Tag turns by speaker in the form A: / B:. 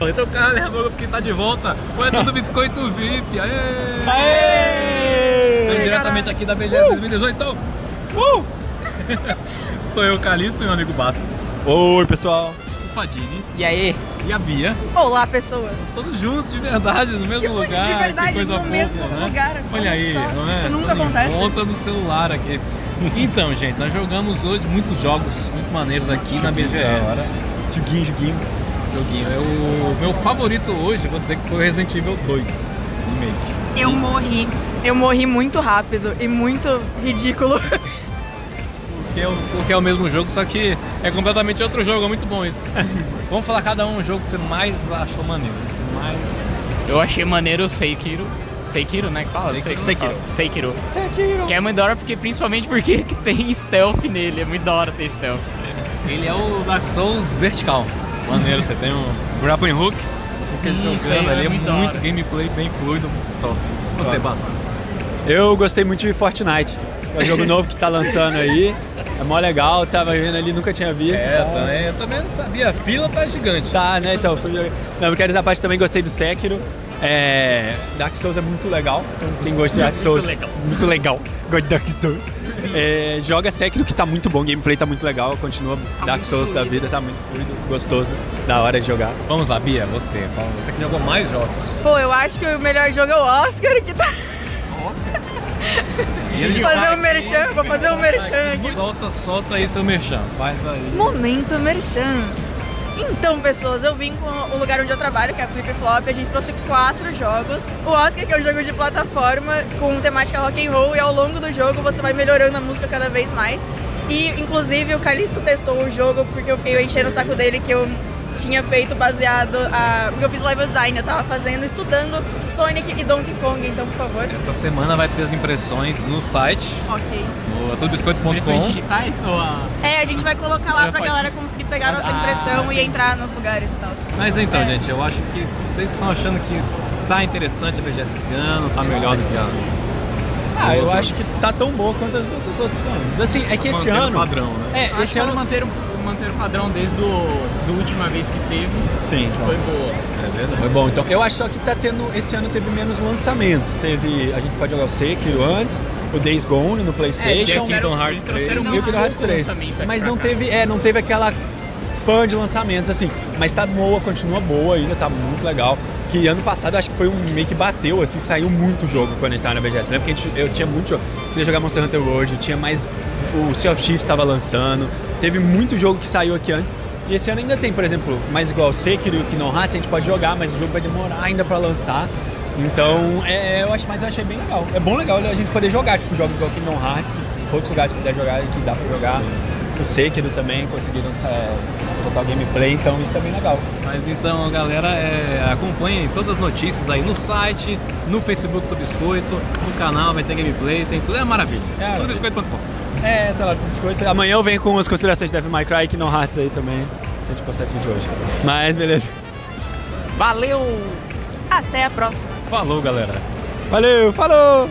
A: Então, caralho, Ramon, porque tá de volta. Foi tudo Biscoito VIP. Aê! Então,
B: Aê!
A: diretamente aqui da BGS 2018. Então,
B: Uh!
A: estou eu, Calixto, e meu amigo Bastos,
B: Oi, pessoal.
A: o Padini
C: E aí?
A: e a Bia.
D: Olá, pessoas.
A: Todos juntos, de verdade, no mesmo
D: Que bonito,
A: lugar.
D: de verdade,
A: que coisa
D: no
A: fofa,
D: mesmo
A: né?
D: lugar.
A: Olha
D: Olha
A: aí,
D: só,
A: não é?
D: isso
A: Tudo
D: nunca
A: em
D: acontece.
A: Conta do celular aqui. Então, gente, nós jogamos hoje muitos jogos muito maneiros aqui na BGS.
B: Juguinho, Juguinho.
A: Joguinho, eu, meu favorito hoje, vou dizer que foi o Resident Evil 2 remake.
D: Eu morri. Eu morri muito rápido e muito ridículo.
A: Porque é, o, porque é o mesmo jogo, só que é completamente outro jogo, é muito bom isso. Vamos falar cada um o jogo que você mais achou maneiro. que você mais...
C: Eu achei maneiro o Seikiro. Seikiro, né? Que fala?
A: Seikiro.
C: Seikiro. Seikiro. Que é muito da hora porque, principalmente porque que tem stealth nele. É muito da hora ter stealth.
A: Ele é o Dark Souls vertical. Maneiro, você tem um grappling hook. Fica
C: Sim, isso aí
A: jogando
C: é
A: ali, é
C: muito da
A: muito
C: hora.
A: gameplay bem fluido. Top. Você,
B: Top.
A: Basso.
B: Eu gostei muito de Fortnite. É um jogo novo que tá lançando aí. É mó legal, tava vendo ali, nunca tinha visto.
A: É,
B: tá.
A: também, eu também não sabia. A fila tá gigante.
B: Tá, né? Então, fui... Não, quero dizer a parte também gostei do Sekiro. É... Dark Souls é muito legal. Então, quem gosta de Dark
C: Muito
B: Souls.
C: legal.
B: Muito legal. Gosto de Dark Souls. É, joga Sekiro que tá muito bom, gameplay tá muito legal. Continua Dark
C: muito
B: Souls da
C: fluido.
B: vida, tá muito fluido, gostoso, da hora de jogar.
A: Vamos lá, Bia, você. qual- Você que jogou mais jogos.
D: Pô, eu acho que o melhor jogo é o Oscar que tá.
A: E ele
D: Fazer
A: vai
D: um merchan,
A: aqui,
D: vou fazer um merchan aqui.
A: Solta, solta aí seu merchan. Faz aí.
D: Momento Merchan. Então, pessoas, eu vim com o lugar onde eu trabalho, que é a Flip Flop. A gente trouxe quatro jogos. O Oscar, que é um jogo de plataforma com temática rock and roll, e ao longo do jogo você vai melhorando a música cada vez mais. E, inclusive, o Calixto testou o jogo porque eu fiquei enchendo o saco dele que eu tinha feito baseado a... Porque eu fiz live design, eu tava fazendo, estudando Sonic e Donkey Kong, então, por favor.
A: Essa semana vai ter as impressões no site,
D: Ok.
A: no tudobiscoito.com.
C: Impressões digitais ou a...
D: É, a gente vai colocar
C: lá
D: lá
C: Eu
D: pra
C: pra posso.
D: galera
C: galera
D: conseguir pegar
C: nossa
D: nossa
C: Ah,
D: impressão
C: impressão
D: e entrar nos lugares e tal.
A: Mas então,
D: É.
A: gente, eu acho que vocês estão achando que tá interessante a BGS esse ano, tá melhor do que a.
B: Ah, eu
A: Outros.
B: acho que tá tão boa quanto as do- dos outros anos. Assim, é que esse
A: Mantendo o
B: ano.
A: padrão, né?
B: É,
C: Acho
B: esse
C: que
B: ano.
C: ela manter, o- manter o padrão desde o do última vez que teve.
B: Sim, então.
C: Foi boa.
A: É verdade.
B: Foi bom, então. Eu acho só que tá tendo. Esse ano teve menos lançamentos. Teve. A gente pode jogar o Sekiro antes, o Days
C: É,
B: Gone no PlayStation.
A: Jack- Kingdom
C: trouxeram-
A: Hearts
C: eles trouxeram
A: 3.
B: e o Kingdom Hearts
C: pouco
B: 3.
C: lançamento tá aqui
B: Mas
C: pra
B: não
C: cá.
B: teve, é, não teve aquela pan de lançamentos, assim. Mas tá boa, continua boa ainda, tá muito legal. Que ano passado acho que foi um meio que bateu, assim, saiu muito jogo quando a gente tava na BGS, né? Porque a gente, eu tinha muito jogo. Queria jogar Monster Hunter World, tinha mais. O Sea of Thieves estava lançando, teve muito jogo que saiu aqui antes. E esse ano ainda tem, por exemplo, mais igual Sekiro e Kingdom Hearts, a gente pode jogar, mas o jogo vai demorar ainda pra lançar. Então, é, eu acho, mas eu achei bem legal. É bom legal a gente poder jogar, tipo, jogos igual Kingdom Hearts, que poucos lugares puder jogar, que dá pra jogar. O Sekiro também conseguiram é, soltar o gameplay, então isso é bem legal.
A: Mas então, galera, é, acompanhem todas as notícias aí no site, no Facebook do Biscoito, no canal, vai ter gameplay, tem tudo, é maravilha.
B: É.
A: É, Biscoito.com.
B: É, tá lá, biscoito. Amanhã eu venho com as considerações de Devil May Cry e Kingdom Hearts aí também, se a gente postar esse vídeo hoje. Mas beleza.
C: Valeu!
D: Até a próxima.
A: Falou, galera.
B: Valeu, falou!